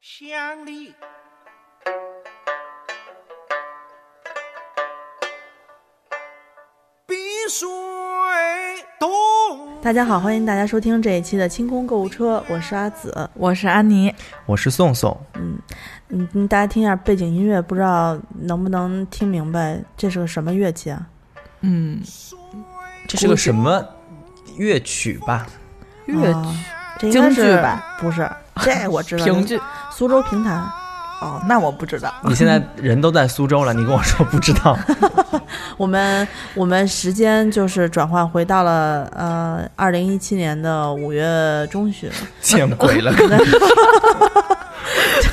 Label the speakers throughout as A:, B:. A: 乡里碧水东。
B: 大家好，欢迎大家收听这一期的清空购物车，我是阿紫。
C: 我是安妮，
D: 我是宋宋，
B: 嗯，嗯大家听一下背景音乐，不知道能不能听明白这是个什么乐器啊？
C: 嗯，
D: 这是个什么乐曲吧？
C: 乐
B: 哦
C: 曲
B: 这应该
C: 京剧
B: 是
C: 吧？
B: 不 是，这我知道。
C: 评剧
B: 苏州评弹，
C: 哦，那我不知道，
D: 你现在人都在苏州 了，你跟我说不知道，
B: 我们我们时间就是转换回到了呃二零一七年的五月中旬，
D: 见鬼了！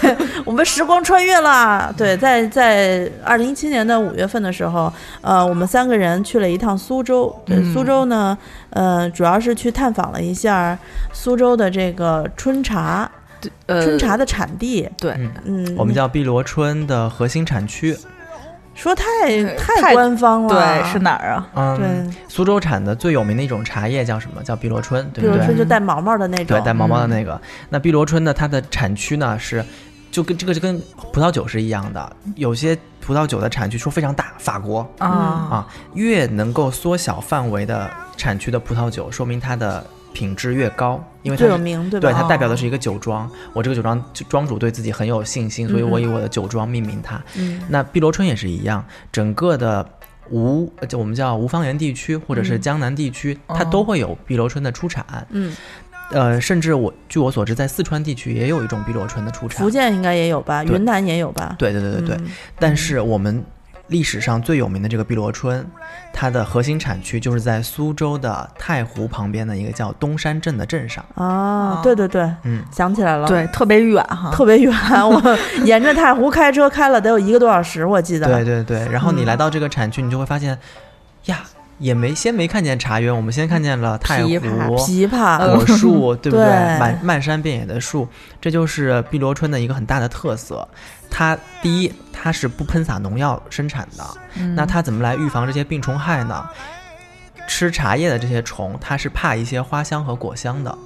B: 我们时光穿越了。
D: 嗯
B: 对，在在二零一七年的五月份的时候，呃，我们三个人去了一趟苏州。对，
D: 嗯
B: 苏州呢，呃，主要是去探访了一下苏州的这个春茶，
C: 呃，
B: 春茶的产地。
C: 对，
B: 嗯，
D: 我们叫碧螺春的核心产区，
B: 说太
D: 呃
B: 太
C: 太
B: 官方了，
C: 对是？哪儿啊？
D: 嗯，
B: 对，
D: 苏州产的最有名的一种茶叶叫什么？叫碧螺春，嗯
B: 比
D: 对不
B: 如说
D: 对？
B: 就带毛毛的那种
D: 对，，带毛毛的那个。那碧螺春呢，它的产区呢是，就跟这个就跟葡萄酒是一样的，有些葡萄酒的产区说非常大，法国
C: 啊，
D: 啊，越能够缩小范围的产区的葡萄酒，说明它的品质越高，因为它
B: 最有
D: 是
B: 名，对吧？
D: 对，它
C: 哦
D: 代表的是一个酒庄。我这个酒庄庄主对自己很有信心，所以我以我的酒庄命名它。
B: 嗯
D: 那碧螺春也是一样，整个的吴呃就我们叫吴方言地区或者是江南地区，它
C: 哦
D: 都会有碧螺春的出产。
B: 嗯，
D: 呃，甚至我据我所知，在四川地区也有一种碧螺春的出产
B: 福。建应该也有吧，
D: 对
B: 云南也有吧？
D: 对对对对对。
B: 嗯
D: 但是我们历史上最有名的这个碧螺春，它的核心产区就是在苏州的太湖旁边的一个叫东山镇的镇上。
B: 啊
C: 哦，
B: 对对对，
D: 嗯，
B: 想起来了，，
C: 对，特别远
D: 啊
C: 哈，
B: 特别远，我 沿着太湖开车开了得有一个多小时，我记得。
D: 对对对，然后你
B: 嗯
D: 来到这个产区，你就会发现，呀，也没先没看见茶园，我们先看见了太湖
C: 枇
B: 琵
C: 杷
B: 琶，
D: 果树，对不
B: 嗯对
D: 漫漫山遍野的树，这就是碧螺春的一个很大的特色。它第一，它是不喷洒农药生产的，
C: 嗯
D: 那它怎么来预防这些病虫害呢？吃茶叶的这些虫，它是怕一些花香和果香的，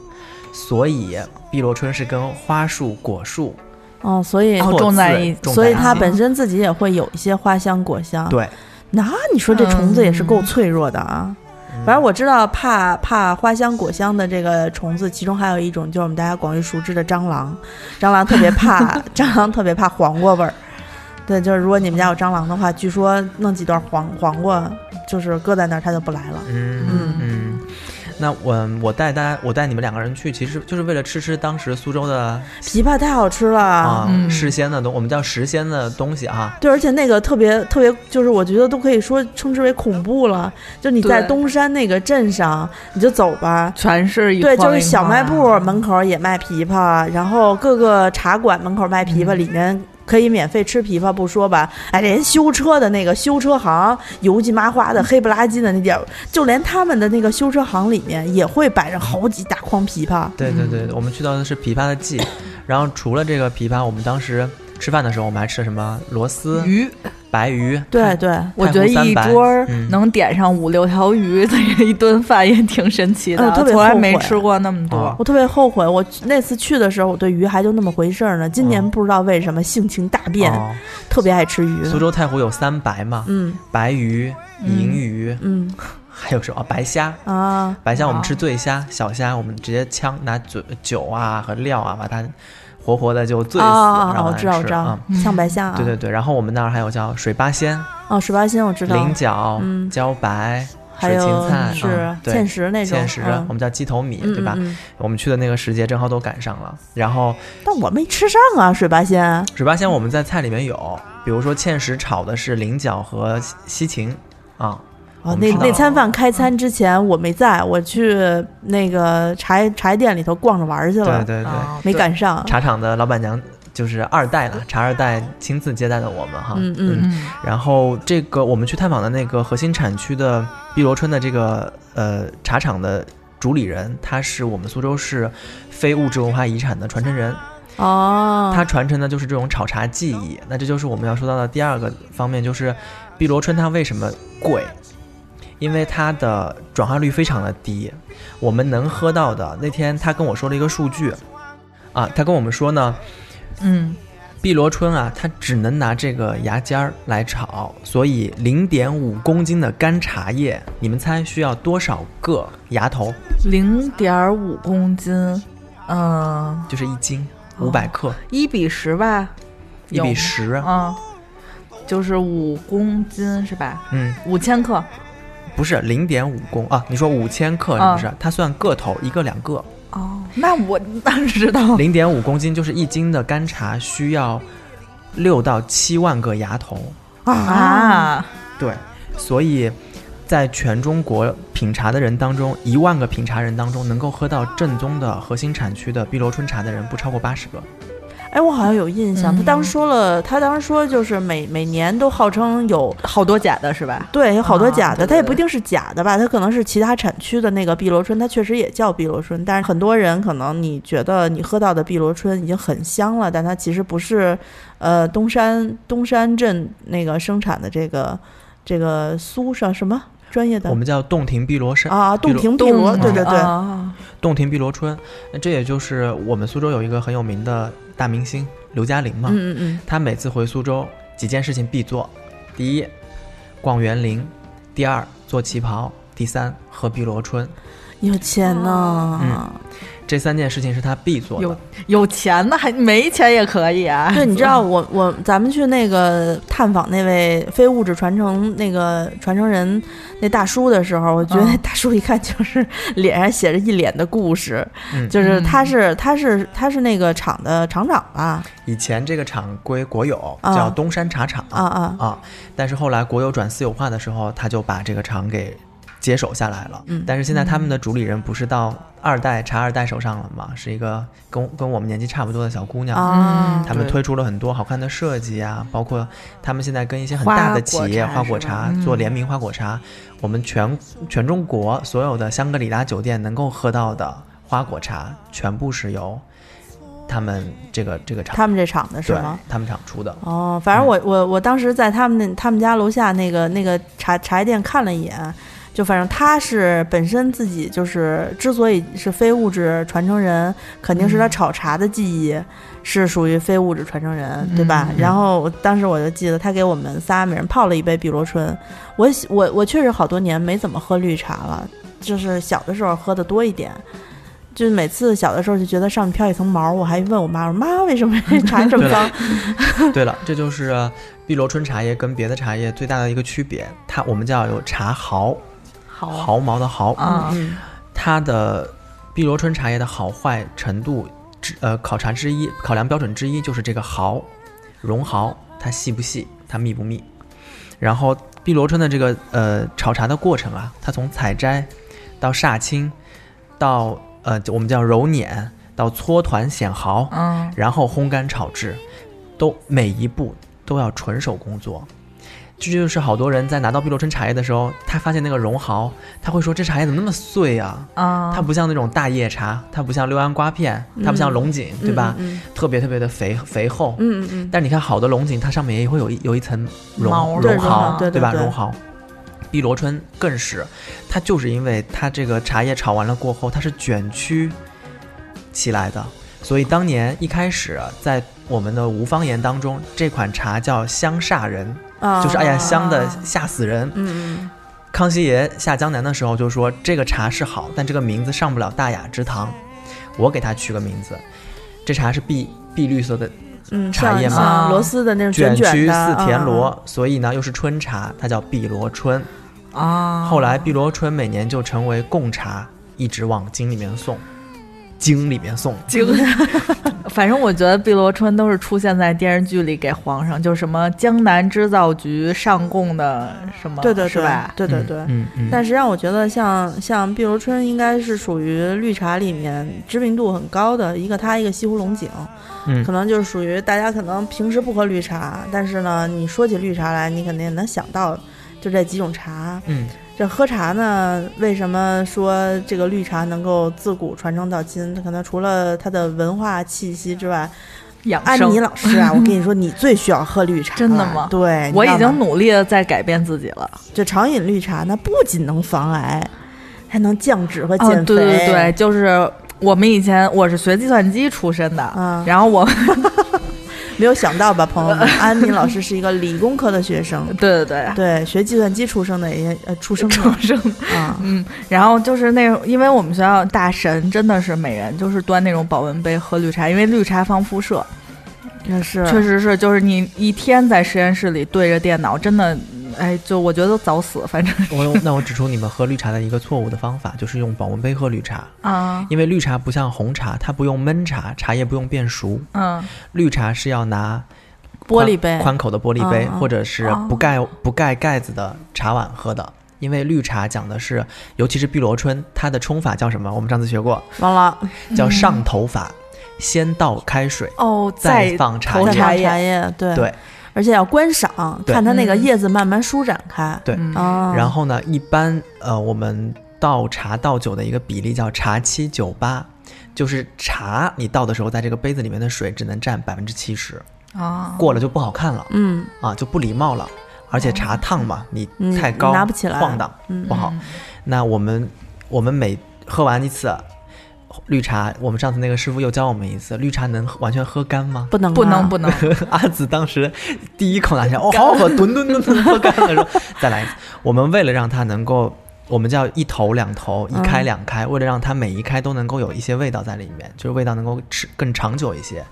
D: 所以碧螺春是跟花树、果树
B: 嗯，所以
C: 哦种在一
D: 种
B: 所以
D: 在
B: 它
D: 起
B: 本身自己也会有一些花香果香。，
D: 对，
B: 那你说这虫子也是够脆弱的啊。
D: 嗯
B: 反正我知道怕怕花香果香的这个虫子，其中还有一种就是我们大家广为熟知的蟑螂，蟑螂特别怕 蟑螂特别怕黄瓜味儿。对，就是如果你们家有蟑螂的话，据说弄几段黄黄瓜，就是搁在那儿它就不来了。
D: 嗯嗯。那我我带大家，我带你们两个人去，其实就是为了吃吃当时苏州的
B: 枇杷太好吃了，
D: 啊、
C: 嗯
D: 事先的东，我们叫时鲜的东西啊。
B: 对，而且那个特别特别，就是我觉得都可以说称之为恐怖了。就你在
C: 对
B: 东山那个镇上，你就走吧。
C: 全是一
B: 对，
C: 筐
B: 就是
C: 一筐
B: 小卖部
C: 啊
B: 门口也卖枇杷，然后各个茶馆门口卖枇杷，里面可以免费吃枇杷不说吧，哎，连修车的那个修车行油漆麻花的黑不拉几的那点儿，就连他们的那个修车行里面也会摆着好几大筐枇杷。
D: 对对
B: 嗯
D: 对，我们去到的是枇杷的季，然后除了这个枇杷，我们当时吃饭的时候，我们还吃了什么螺丝、
C: 鱼，
D: 白鱼，
B: 对对，
C: 我觉得
D: 嗯太湖
C: 一
D: 三白
C: 桌儿
D: 嗯
C: 能点上五六条鱼，这一顿饭也挺神奇的
B: 嗯，特别
C: 从来
B: 后
C: 没
B: 悔
C: 吃过那么多
D: 啊。
B: 我特别后悔，我那次去的时候，我对鱼还就那么回事儿呢。今年
D: 嗯
B: 不知道为什么性情大变，
D: 哦
B: 特别爱吃鱼。
D: 苏州太湖有三白嘛，
B: 嗯
D: 白鱼、银鱼，
B: 嗯
D: 还有什么、哦白虾？
B: 啊，
D: 白虾我们
C: 哇
D: 吃醉虾，小虾我们直接呛，拿酒酒啊和料啊把它活活的就醉死，
B: 啊，
D: 然
B: 哦
D: 后
B: 我
D: 来
B: 知道，我
D: 吃
B: 知道
D: 啊。，
B: 象白象啊，
D: 对对对，然后我们那儿还有叫水八仙、
B: 哦，十八仙我知道，
D: 菱角
B: 嗯、
D: 茭白、
B: 还
D: 水芹
B: 有
D: 菜，
B: 是
D: 嗯
B: 芡
D: 对，
B: 实那种，
D: 芡实
B: 嗯，
D: 我们叫鸡头米，
B: 嗯
D: 对吧？
B: 嗯嗯
D: 我们去的那个时节正好都赶上了。然后
B: 但我没吃上啊，水八仙。
D: 水八仙我们在菜里面有，比如说芡实炒的是菱角和西西芹啊，
B: 哦
D: 我，们
B: 那
D: 知道
B: 那餐饭
D: 嗯
B: 开餐之前我没在，我去那个茶叶茶叶店里头逛着玩儿去
D: 对
B: 了，
D: 对对。
C: 啊
B: 没
C: 对
B: 赶上。
D: 茶厂的老板娘就是二代了，茶二代亲自接待的我们哈。
B: 嗯嗯
C: 嗯
D: 然后这个我们去探访的那个核心产区的碧螺春的这个呃茶厂的主理人，他是我们苏州市非物质文化遗产的传承人，
B: 哦，
D: 他传承的就是这种炒茶技艺。那这就是我们要说到的第二个方面，就是碧螺春它为什么贵？因为它的转化率非常的低，我们能喝到的那天他跟我说了一个数据，啊，他跟我们说呢，
C: 嗯
D: 碧螺春啊，它只能拿这个芽尖儿来炒，所以零点五公斤的干茶叶，你们猜需要多少个芽头？
C: 嗯零点五公斤，嗯，
D: 就是一斤，五百克，
C: 一比十吧，
D: 一比十
C: 有
D: 啊。
C: 吗，哦嗯，就是五公斤是吧？
D: 嗯，
C: 五千克，
D: 不是零点五公啊，你说五千克是不是？它算个头，一个两个。
C: 哦，那我当时知道，
D: 零点五公斤就是一斤的干茶需要六到七万个芽头。
B: 啊，
C: 啊，
D: 对，所以在全中国品茶的人当中，一万个品茶人当中，能够喝到正宗的核心产区的碧螺春茶的人不超过八十个。
B: 哎，我好像有印象，他当
C: 嗯
B: 时说了，他当时说就是每每年都号称有
C: 好多假的是吧？
B: 对，有好多假
C: 啊
B: 的，
C: 对
B: 它也
C: 对
B: 不一定是假的吧，它可能是其他产区的那个碧螺春，它确实也叫碧螺春，但是很多人可能你觉得你喝到的碧螺春已经很香了，但它其实不是，呃，东山东山镇那个生产的这个这个苏上什么专业的
D: 我们叫洞庭碧螺参，
B: 啊，洞
D: 碧螺
B: 庭碧螺，对对对，
C: 啊
D: 洞庭碧螺春。那这也就是我们苏州有一个很有名的大明星刘嘉玲嘛，
B: 嗯嗯嗯，
D: 她每次回苏州几件事情必做：第一，逛园林；第二，做旗袍；第三，喝碧螺春。
B: 有钱
D: 嗯
B: 呢，
D: 这三件事情是她必做的。
C: 有钱的还没钱也可以啊。
B: 对，你知道我我咱们去那个探访那位非物质传承那个传承人那大叔的时候，我觉得
C: 嗯
B: 那大叔一看就是脸上写着一脸的故事，
D: 嗯
B: 就是他是他是他是那个厂的厂长吧？
D: 以前这个厂归国有，
B: 啊
D: 叫东山茶厂
B: 啊啊，
D: 啊，但是后来国有转私有化的时候，他就把这个厂给接手下来了。
B: 嗯
D: 但是现在他们的主理人不是到二代茶二代手上了嘛，是一个跟跟我们年纪差不多的小姑娘。
B: 啊
C: 嗯
D: 他们
C: 对
D: 推出了很多好看的设计啊，包括他们现在跟一些很
C: 花
D: 大的
C: 果
D: 企业
C: 茶
D: 花果
C: 是吧
D: 茶
C: 嗯
D: 做联名花果茶，我们全全中国所有的香格里拉酒店能够喝到的花果茶，全部是由他们这个这个厂
B: 他们这厂的是
D: 对
B: 吗？
D: 他们厂出的。
B: 哦，
C: 嗯
B: 反正我我我当时在他们那他们家楼下那个那个茶茶叶店看了一眼，就反正他是本身自己就是之所以是非物质传承人，肯定是他
C: 嗯
B: 炒茶的技艺是属于非物质传承人，对吧？
C: 嗯
B: 然后我当时我就记得他给我们仨每人泡了一杯碧螺春，我喜我我确实好多年没怎么喝绿茶了，就是小的时候喝的多一点。就是每次小的时候就觉得上面飘一层毛，我还问我妈，我说妈为什 么 这茶这么
D: 对了
B: 脏？
D: 对了，这就是碧螺春茶叶跟别的茶叶最大的一个区别，它我们叫有茶毫，
C: 好
D: 毫毛的毫，
C: 啊，
B: 嗯
D: 它的碧螺春茶叶的好坏程度之呃考察之一，考量标准之一就是这个毫，绒毫它细不细，它密不密。然后碧螺春的这个呃炒茶的过程啊，它从采摘到煞青，到呃我们叫揉捻，到搓团显毫，
C: 嗯
D: 然后烘干炒制，都每一步都要纯手工做。这就是好多人在拿到碧螺春茶叶的时候，他发现那个绒毫，他会说这茶叶怎么那么碎啊？
C: 啊，
D: 它不像那种大叶茶，它不像六安瓜片，它不像龙井，对吧？
B: 嗯
D: 特别特别的肥肥厚。
B: 嗯嗯嗯
D: 但你看好的龙井，它上面也会有一有一层
C: 毛
D: 绒
C: 对
D: 绒
C: 绒
D: 毫
C: 毫，
B: 对对
D: 吧？
B: 对
D: 绒毫。碧螺春更是，它就是因为它这个茶叶炒完了过后，它是卷曲起来的，所以当年一开始在我们的吴方言当中，这款茶叫香煞人，
B: 嗯，啊
D: 就是哎呀香的
C: 啊
D: 吓死人。
B: 嗯嗯
D: 康熙爷下江南的时候就说这个茶是好，但这个名字上不了大雅之堂，我给它取个名字，这茶是碧碧绿色的
B: 嗯，
D: 茶
B: 像
D: 叶嘛
B: 像
C: 啊
B: 螺丝的那种
D: 卷
B: 卷
D: 曲
B: 的
D: 似田螺，，
B: 嗯
D: 所以呢又是春茶，它叫碧螺春。
B: 哦
C: 啊，
D: 后来碧螺春每年就成为贡茶，一直往京里面送，京里面送。
C: 经， 反正我觉得碧螺春都是出现在电视剧里给皇上，就是什么江南织造局上供的什么，
B: 对对
C: 是
B: 对
C: 吧？
B: 对对对。
D: 嗯嗯。
B: 但实际上，我觉得像像碧螺春应该是属于绿茶里面知名度很高的一个，它一个西湖龙井，
D: 嗯
B: 可能就是属于大家可能平时不喝绿茶，但是呢，你说起绿茶来，你肯定也能想到就这几种茶。
D: 嗯
B: 这喝茶呢，为什么说这个绿茶能够自古传承到今？它可能除了它的文化气息之外，
C: 养
B: 安
C: 生
B: 妮老师啊，我跟你说，你最需要喝绿茶了，
C: 真的吗
B: 对，
C: 我
B: 你
C: 已
B: 知道
C: 经
B: 吗
C: 努力的在改变自己了。
B: 就常饮绿茶，那不仅能防癌，还能降脂和减肥。
C: 哦，对对对，，就是我们以前我是学计算机出身的，
B: 嗯
C: 然后我
B: 没有想到吧，朋 友们？安敏老师是一个理工科的学生，
C: 对对对，
B: 对，学计算机出生的也呃出生的
C: 畜生。
B: 啊，
C: 嗯，然后就是那，因为我们学校大神真的是每人就是端那种保温杯喝绿茶，因为绿茶防辐射，
B: 也是
C: 确实是，就是你一天在实验室里对着电脑，真的，哎，就我觉得早死，反正
D: 我那我指出你们喝绿茶的一个错误的方法，就是用保温杯喝绿茶，
C: 啊，
D: 因为绿茶不像红茶，它不用焖茶，茶叶不用变熟，
C: 嗯，
D: 绿茶是要拿
B: 玻璃
D: 宽
B: 杯
D: 宽口的玻璃杯，
B: 嗯嗯
D: 或者是不盖、不盖盖子的茶碗喝的。因为绿茶讲的是，尤其是碧螺春，它的冲法叫什么？我们上次学过，
B: 完了，
D: 叫上头法，先倒开水，
C: 哦，
D: 再
C: 再
D: 放茶
C: 投
B: 嗯再
D: 叶。
B: 茶
C: 叶
B: 叶，对
D: 对，
B: 而且要观赏，
D: 对
B: 看它那个
C: 嗯
B: 叶子慢慢舒展开，
D: 对
C: 嗯
B: 啊，
D: 然后呢，一般呃，我们倒茶倒酒的一个比例叫茶七酒八，就是茶你倒的时候，在这个杯子里面的水只能占百分之七十，
B: 哦
C: 啊，
D: 过了就不好看了
B: 嗯
D: 啊，就不礼貌了。而且茶烫嘛，你
B: 哦嗯
D: 太高
B: 拿不起来
D: 晃荡
B: 嗯
D: 不好。那我们我们每喝完一次绿茶，我们上次那个师傅又教我们一次，绿茶能完全喝干吗？
B: 不能
C: 不能
B: 啊
C: 不能，
D: 阿紫当时第一口拿下，哦，好好喝，吨吨吨吨喝干了，说再来一次。我们为了让它能够，我们叫一头两头，一开两开，为了让它每一开都能够有一些味道在里面，就是味道能够吃更长久一些。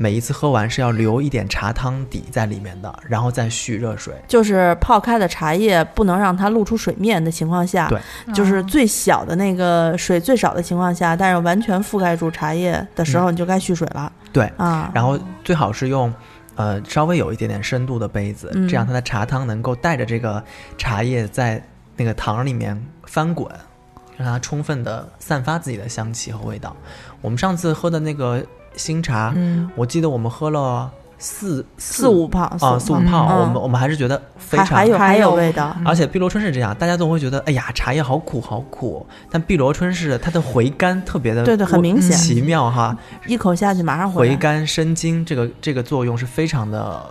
D: 每一次喝完是要留一点茶汤底在里面的，然后再续热水。
B: 就是泡开的茶叶不能让它露出水面的情况下，
D: 对哦
B: 就是最小的那个水最少的情况下，但是完全覆盖住茶叶的时候，你就该蓄水了。
D: 对，
B: 啊，
D: 嗯然后最好是用。呃，稍微有一点点深度的杯子，
B: 嗯
D: 这样它的茶汤能够带着这个茶叶在那个糖里面翻滚，让它充分的散发自己的香气和味道。我们上次喝的那个新茶，
C: 嗯，
D: 我记得我们喝了四
B: 四五泡
D: 啊四五泡，
B: 嗯
D: 我们我们还是觉得非
B: 还
D: 常
B: 还有嗯
C: 还
B: 有
C: 有
B: 味道，
D: 而且碧螺春是这样，大家都会觉得，哎呀，茶叶好苦好苦。但碧螺春是它的回甘特别的，
B: 对对很明显
D: 奇妙哈。
B: 一口下去马上
D: 回
B: 来。
D: 甘生津这个这个作用是非常的，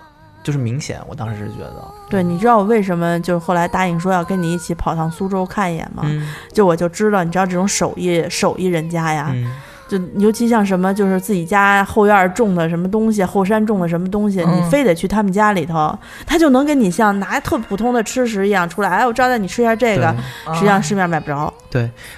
D: 就是明显。我当时是觉得，
B: 对，你知道我为什么就是后来答应说要跟你一起跑趟苏州看一眼吗？
D: 嗯
B: 就我就知道，你知道这种手艺手艺人家呀，
D: 嗯，
B: 就尤其像什么，就是自己家后院种的什么东西，后山种的什么东西，
C: 嗯
B: 你非得去他们家里头，他就能跟你像拿特普通的吃食一样出来。哎，我招待你吃一下这个，
C: 嗯
B: 实际上市面买不着，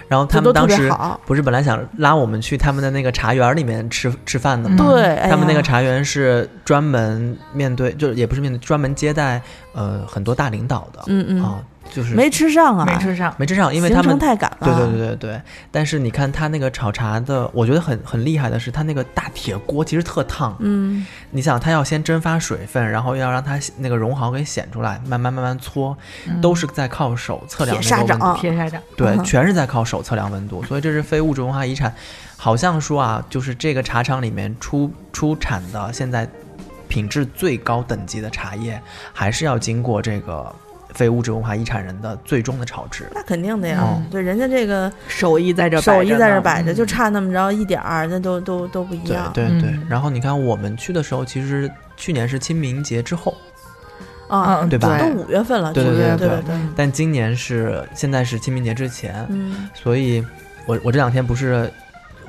D: 然后他
B: 这都特
D: 们当
B: 别
D: 时
B: 好。
D: 不是本来想拉我们去他们的那个茶园里面吃吃饭的吗？
C: 嗯
B: 对，哎呀
D: 他们那个茶园是专门面对，就是也不是面对，专门接待呃很多大领导的、
B: 嗯嗯，
D: 啊，就是
B: 没吃上啊，
C: 没吃上，
D: 没吃上，因为
B: 行
D: 他们
B: 程太啊赶了。
D: 对对对对对，但是你看他那个炒茶的，我觉得很很厉害的是，他那个大铁锅其实特烫。
B: 嗯，
D: 你想，他要先蒸发水分，然后要让它那个绒毫给显出来，慢慢慢慢搓，
C: 嗯
D: 都是在靠手测量
B: 铁
D: 这
B: 砂
D: 个温度
B: 掌。
C: 铁砂掌，
D: 对，
B: 嗯
D: 全是在靠手测量温度，所以这是非物质文化遗产。好像说啊，就是这个茶厂里面出出产的现在品质最高等级的茶叶，还是要经过这个非物质文化遗产人的最终的炒制。
B: 那肯定的呀
D: 嗯。
B: 对，人家这个
C: 手艺在这，
B: 手艺在这摆着，
C: 嗯
B: 就差那么着一点儿，那都都都不一
D: 对
B: 样。
D: 对对。
C: 嗯
D: 然后你看我们去的时候，其实去年是清明节之后，
C: 嗯
B: 啊，
D: 对吧
B: 都五月份了，
D: 对
B: 九
D: 对
B: 月
D: 对
B: 对
D: 对
B: 对。
D: 但今年是现在是清明节之前，
B: 嗯
D: 所以我我这两天不是，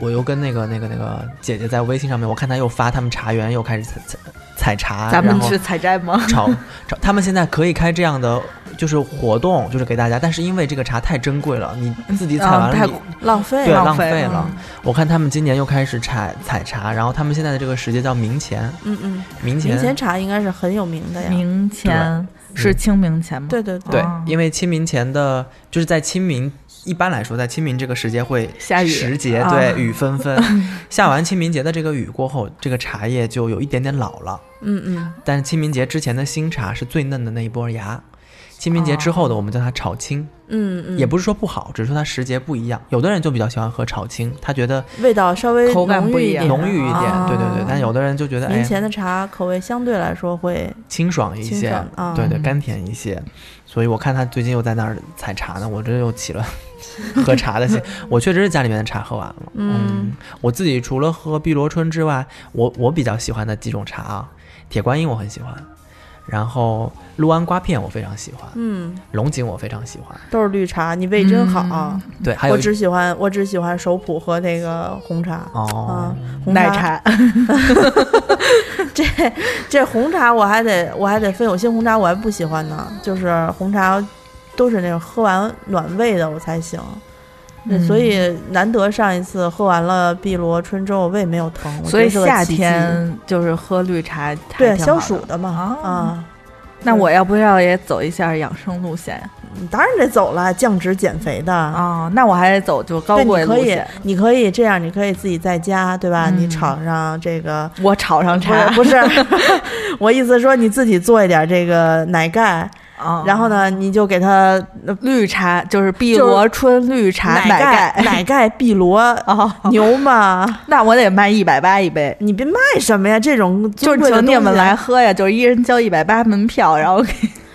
D: 我又跟那个那个那个姐姐在微信上面，我看她又发他们茶园又开始采采采茶，
C: 咱们
D: 啊然后
C: 去采摘吗？
D: 炒炒，他们现在可以开这样的就是活动，就是给大家，但是因为这个茶太珍贵了，你自己采
C: 嗯
D: 完了
C: 太
D: 你。
B: 浪费
D: 对，啊
B: 了，
D: 浪
C: 费
D: 费了。我看他们今年又开始采采茶，然后他们现在的这个时节叫明前，
B: 嗯嗯。
D: 明前，
B: 明前茶应该是很有名的呀。
C: 明
D: 嗯
C: 前是清明前吗？
B: 啊对对
D: 对
C: 哦，
D: 因为清明前的，就是在清明，一般来说，在清明这个时节会
C: 下雨
D: 时节
C: 啊
D: 对雨 纷纷。下完清明节的这个雨过后，这个茶叶就有一点点老了，
B: 嗯嗯，
D: 但是清明节之前的新茶是最嫩的那一波芽。清明节之后的，我们叫它炒青，
B: 嗯哦嗯，
D: 也不是说不好，只是说它时节不一样。有的人就比较喜欢喝炒青，他觉得
B: 味道稍微
C: 口感
B: 浓
C: 不
B: 郁
C: 一样
B: 点
D: 浓郁一点，
B: 啊
D: 对对对。但有的人就觉得，哎
B: 明，前的茶口味相对来说会
D: 清爽一
B: 清
D: 些，
B: 爽啊，
D: 对对，
C: 嗯
D: 甘甜一些。所以我看他最近又在那儿采茶呢，我这又起 了喝茶的心。我确实是家里面的茶喝完了。
B: 嗯，
D: 我自己除了喝碧螺春之外，我我比较喜欢的几种茶啊，铁观音我很喜欢，然后六安瓜片我非常喜欢，
B: 嗯，
D: 龙井我非常喜欢。
B: 都是绿茶，你胃真
D: 嗯
B: 好。啊
D: 对，还有
B: 我
D: 一
B: 只喜欢我只喜欢手普和那个红茶
D: 哦，
B: 啊，红
C: 奶，茶，
B: 这这红茶我还得我还得分，有些红茶我还不喜欢呢，就是红茶都是那种喝完暖胃的我才行。那
C: 嗯
B: 所以难得上一次喝完了碧螺春之后胃没有疼，我觉
C: 所
B: 得
C: 以
B: 是个
C: 夏
B: 奇迹
C: 天就是喝绿茶还
B: 对
C: 挺
B: 消
C: 好
B: 暑
C: 的。
B: 的嘛
C: 啊
B: 啊，
C: 那我要不要也走一下养生路线呀
B: 你当然得走了，降脂减肥的啊。
C: 啊、那我还得走就高
B: 对，
C: 贵
B: 你
C: 路
B: 可以
C: 线。，
B: 你可以这样，你可以自己在家，对吧？你
C: 嗯
B: 炒上这个
C: 我炒上茶，
B: 不 是， 不是我意思说你自己做一点这个奶盖，
C: 啊
B: 然后呢，你就给它
C: 绿茶就是碧
B: 就是
C: 螺春绿茶
B: 奶
C: 盖
B: 盖、 奶盖、碧螺、
C: 哦，
B: 牛嘛，
C: 那我得卖一百八一杯。
B: 你别卖什么呀，这种
C: 就
B: 尊
C: 是
B: 贵的
C: 请你
B: 东
C: 们
B: 西啊
C: 来。喝呀，就是一人交一百八门票，然后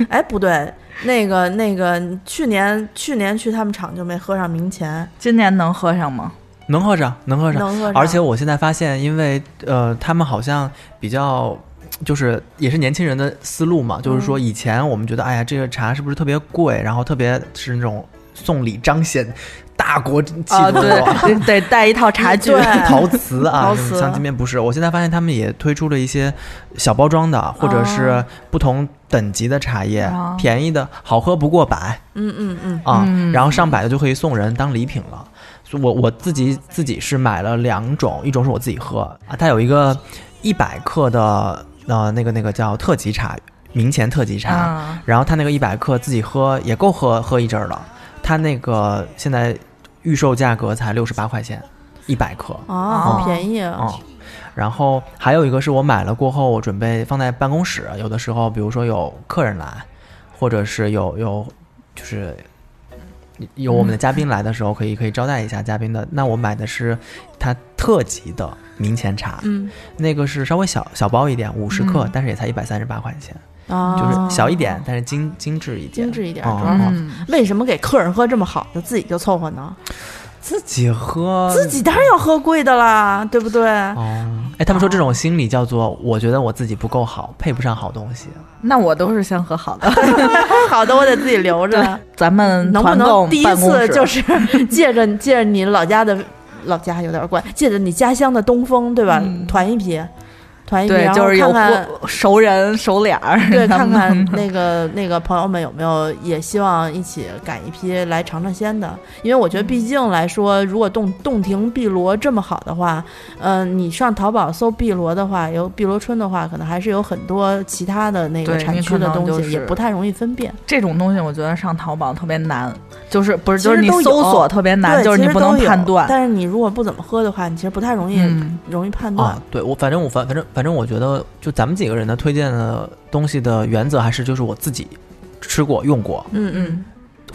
B: 哎，不对，那个那个，去年去年去他们厂就没喝上明前，
C: 今年能喝上吗？
D: 能喝上，能喝上。
B: 能
C: 嗯
B: 喝上。
D: 而且我现在发现，因为呃，他们好像比较。就是也是年轻人的思路嘛，就是
C: 嗯
D: 说以前我们觉得，哎呀，这个茶是不是特别贵，然后特别是那种送礼彰显大国气
C: 啊，
D: 度的那种，
C: 对，得带一套茶具。嗯
B: 对
D: 陶瓷啊，
B: 陶
D: 什么
B: 瓷
D: 像今天不是，我现在发现他们也推出了一些小包装的，或者是不同等级的茶叶，
C: 哦
D: 便宜的好喝不过百
B: 嗯嗯嗯，
D: 啊，
C: 嗯
D: 然后上百的就可以送人当礼品了。所以我我自己自己是买了两种，一种是我自己喝啊，它有一个一百克的呃那个那个叫特级茶，明前特级茶，
C: 啊，
D: 然后它那个一百克自己喝也够喝喝一阵儿了，它那个现在预售价格才六十八块钱一百克。
B: 啊，
C: 哦
B: 好便宜啊！
D: 嗯，然后还有一个是我买了过后，我准备放在办公室，有的时候比如说有客人来，或者是有有就是有我们的嘉宾来的时候，可以可以招待一下嘉宾的。那我买的是它特级的明前茶，
B: 嗯
D: 那个是稍微小小包一点，五十克，
C: 嗯
D: 但是也才一百三十八块钱，
B: 啊，
D: 就是小一点，但是精精致一点，
B: 精致一点
D: 哦
B: 主要
D: 哦
B: 是
C: 嗯，
B: 为什么给客人喝这么好的，自己就凑合呢？
D: 自己喝
B: 自。己当然要喝贵的啦，对不对？
D: 嗯哦，哎，他们说这种心理叫做，我觉得我自己不够好，配不上好东西。
C: 那我都是先喝好的。
B: 好的，我得自己留着。
C: 咱们
B: 能不
C: 团购
B: 能第一
C: 嗯办公
B: 次
C: 室
B: 就是 借着借着你老家的老家有点怪，借着你家乡的东风，对吧？
C: 嗯
B: 团一批，团一批，
C: 对，
B: 然后
C: 就是有
B: 看看。
C: 过熟人熟脸儿，
B: 对，
C: 能
B: 看
C: 不能
B: 看那个那个朋友们有没有也希望一起赶一批来尝尝鲜的，因为我觉得毕竟来说，如果洞洞庭碧螺这么好的话，嗯、你上淘宝搜碧螺的话，有碧螺春的话，可能还是有很多其他的那个
C: 对
B: 产
C: 你
B: 区
C: 可
B: 的
C: 能
B: 东西，
C: 就是
B: 也不太容易分辨。
C: 这种东西，我觉得上淘宝特别难，就是不是
B: 其
C: 就
B: 实
C: 是你
B: 都有
C: 搜索特别难，
B: 对，
C: 就是
B: 其
C: 你
B: 实
C: 不能
B: 都有
C: 判断。
B: 但是你如果不怎么喝的话，你其实不太容易、
C: 嗯
B: 容易判断。
D: 啊，对我反正我反反正反正我觉得，就咱们几个人的推荐的东西的原则还是就是我自己吃过用过，
B: 嗯嗯
C: 嗯，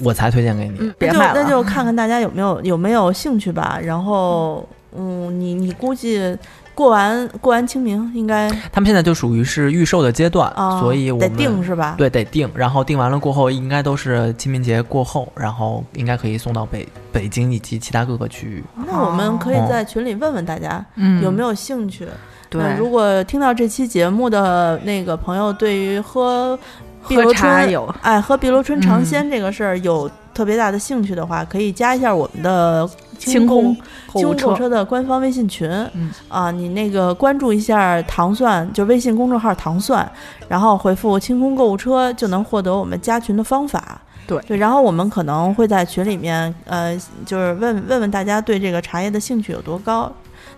D: 我才推荐给你。
B: 嗯，
C: 别
B: 那就
C: 买了
B: 那就看看大家有没有有没有兴趣吧。然后，嗯，你你估计过完过完清明应该
D: 他们现在就属于是预售的阶段，
B: 啊，
D: 所以我
B: 得
D: 们
B: 定是吧？
D: 对得定，然后定完了过后，应该都是清明节过后，然后应该可以送到北北京以及其他各个区域。
B: 那我们可以
D: 哦
B: 在群里问问大家、
C: 嗯，
B: 有没
C: 有
B: 有兴趣。
C: 对？
B: 那如果听到这期节目的那个朋友，对于喝碧
C: 喝
B: 螺
C: 茶
B: 春
C: 有嗯
B: 哎，喝碧螺春尝鲜这个事儿有特别大的兴趣的话，可以加一下我们的
C: 清
B: 空
C: 空
B: 清空
C: 物
B: 购物
C: 车，
B: 车的官方微信群。
C: 嗯
B: 啊，你那个关注一下糖蒜，就微信公众号糖蒜，然后回复清空购物车就能获得我们加群的方法。
C: 对
B: 对，然后我们可能会在群里面，呃，就是问问问大家对这个茶叶的兴趣有多高，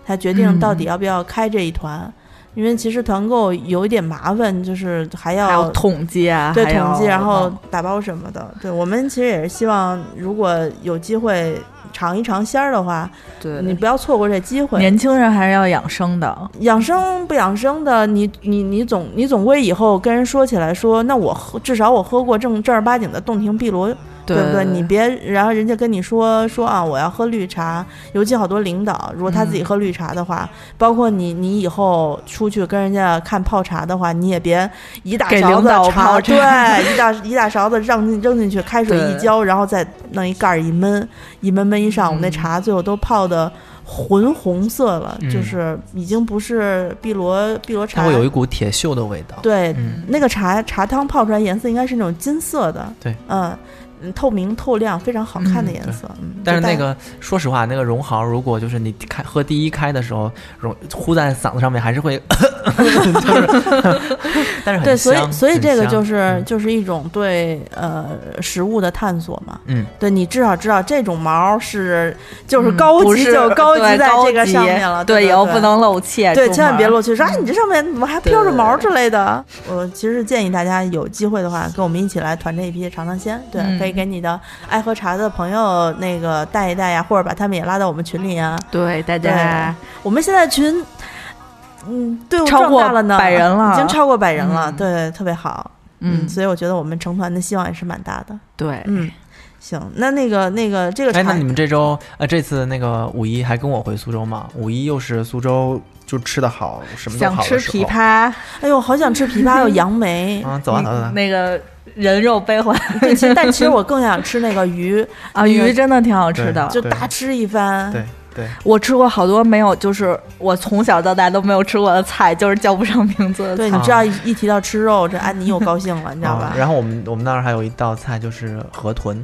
B: 才决定
C: 嗯
B: 到底要不要开这一团。因为其实团购有一点麻烦，就是还
C: 还
B: 要
C: 有统计啊，
B: 对
C: 还
B: 统计，
C: 有嗯
B: 然后打包什么的。对我们其实也是希望，如果有机会尝一尝鲜儿的话，
C: 对
B: 你不要错过这机会。
C: 年轻人还是要养生的，
B: 养生不养生的，你你你总你总归以后跟人说起来说，那我喝至少我喝过正正儿八经的洞庭碧螺，对
C: 对
B: 不对？你别然后人家跟你说说啊，我要喝绿茶，尤其好多领导，如果他自己
C: 嗯
B: 喝绿茶的话，包括你你以后出去跟人家看泡茶的话，你也别一大
C: 给
B: 勺
C: 领
B: 子
C: 导
B: 茶，
C: 泡茶
B: 对，一大一大勺子让进扔进去，开水一
C: 对
B: 浇，然后再弄一盖儿一闷，一闷闷一上午，那
C: 嗯
B: 茶最后都泡的。浑红色了，就
D: 嗯
B: 是已经不是碧螺碧螺
D: 它
B: 茶
D: 会，有一股铁锈的味道。
B: 啊对，
D: 嗯，
B: 那个茶茶汤泡出来颜色应该是那种金色的，
D: 对，
B: 嗯，嗯透明透亮，非常好看的颜色。嗯，
D: 但是
B: 就
D: 那
B: 带
D: 个，说实话，那个绒毫，如果就是你开喝第一开的时候，绒呼在嗓子上面，还是会， 就是，但是很
B: 对，所以
D: 香
B: 所以
D: 很
B: 这个
D: 香
B: 就是
D: 嗯
B: 就是一种对呃食物的探索嘛。
D: 嗯，
B: 对你至少知道这种毛是就是
C: 嗯
B: 高
C: 不
B: 级，
C: 是
B: 就高级
C: 对
B: 在
C: 高
B: 这个
C: 级
B: 上面了。
C: 对，
B: 对，
C: 以后不能露怯，
B: 对，
C: 出
B: 千万别
C: 门
B: 落去说，哎，你这上面怎么还
C: 对
B: 飘着
C: 对
B: 毛之
C: 对
B: 类的？我其实是建议大家有机会的话，跟我们一起来团这一批尝尝鲜。对，可以
C: 嗯
B: 给你的爱喝茶的朋友那个带一带呀，或者把他们也拉到我们群里啊。
C: 对，大
B: 对
C: 家
B: 我们现在群，嗯，队伍
C: 超
B: 壮
C: 过
B: 大了呢，
C: 百人了
B: 已经超过百人了，
C: 嗯
B: 对，特别好。
C: 嗯，哎
B: 所以我觉得我们成团的希望也是蛮大的。
C: 对，
B: 嗯，行，那那个那个这个
D: 哎，
B: 茶，
D: 那你们这周呃，这次那个五一还跟我回苏州吗？五一又是苏州就吃的好，什么都
C: 想
D: 好
C: 吃
D: 的时候
C: 枇杷，嗯
B: 哎呦，好想吃枇杷，有杨 梅。
D: 啊，走啊走啊走啊，
C: 那个人肉背 回来
B: 对，其实但其实我更想吃那个鱼，那
C: 啊，
B: 个
C: 鱼真的挺好吃的
D: 啊对。
B: 就大吃一番。
D: 对对，
C: 我吃过好多没有，就是我从小到大都没有吃过的菜，就是叫不上名字的菜。
B: 对，你知道一一提到吃肉，这安妮又高兴了，你知道吧
D: 啊啊？然后我们我们那儿还有一道菜就是河豚，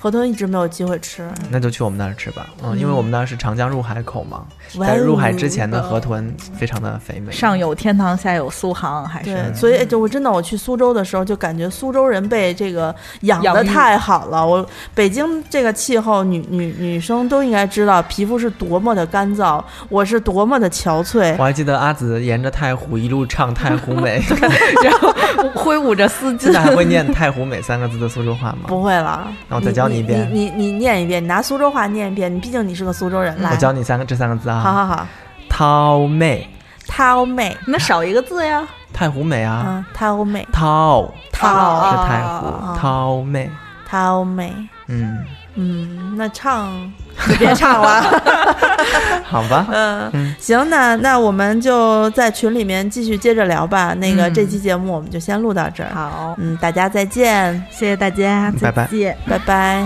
B: 河豚一直没有机会吃，
D: 那就去我们那儿吃吧。嗯，因为
B: 嗯
D: 我们那儿是长江入海口嘛，
B: 哇
D: 在入海
B: 哦
D: 之前的河豚非常的肥美。
C: 上有天堂，下有苏杭，还是
B: 对，所
D: 嗯
B: 以哎就我真的我去苏州的时候，就感觉苏州人被这个养的
C: 养育
B: 太好了。我北京这个气候，女女女生都应该知道皮肤是多么的干燥，我是多么的憔悴
D: 我。还记得阿紫沿着太湖一路唱《太湖美》，
C: 然后挥舞着丝
D: 现
C: 巾
D: 在。还会念“太湖美”三个字的苏州话吗？
B: 不会了，
D: 那我再教你
B: 你
D: 一遍
B: 你你你念一遍，你拿苏州话念一遍，你毕竟你是个苏州人，来，
D: 我教你三个这三个字
B: 好
D: 啊，
B: 好好，
D: 涛妹，
B: 涛妹，
C: 那少一个字呀，
D: 太湖美啊，
B: 嗯，涛妹，
D: 涛
B: 涛
D: 是太
B: 哦
D: 湖，涛妹，
B: 涛妹，
D: 嗯，
B: 嗯，那唱就别唱了。
D: 好吧，
B: 嗯，行，那那我们就在群里面继续接着聊吧。那个
C: 嗯
B: 这期节目我们就先录到这儿。
C: 好，
B: 嗯，大家再见，
C: 谢谢大家，
D: 拜拜
C: 再见。
B: 拜拜。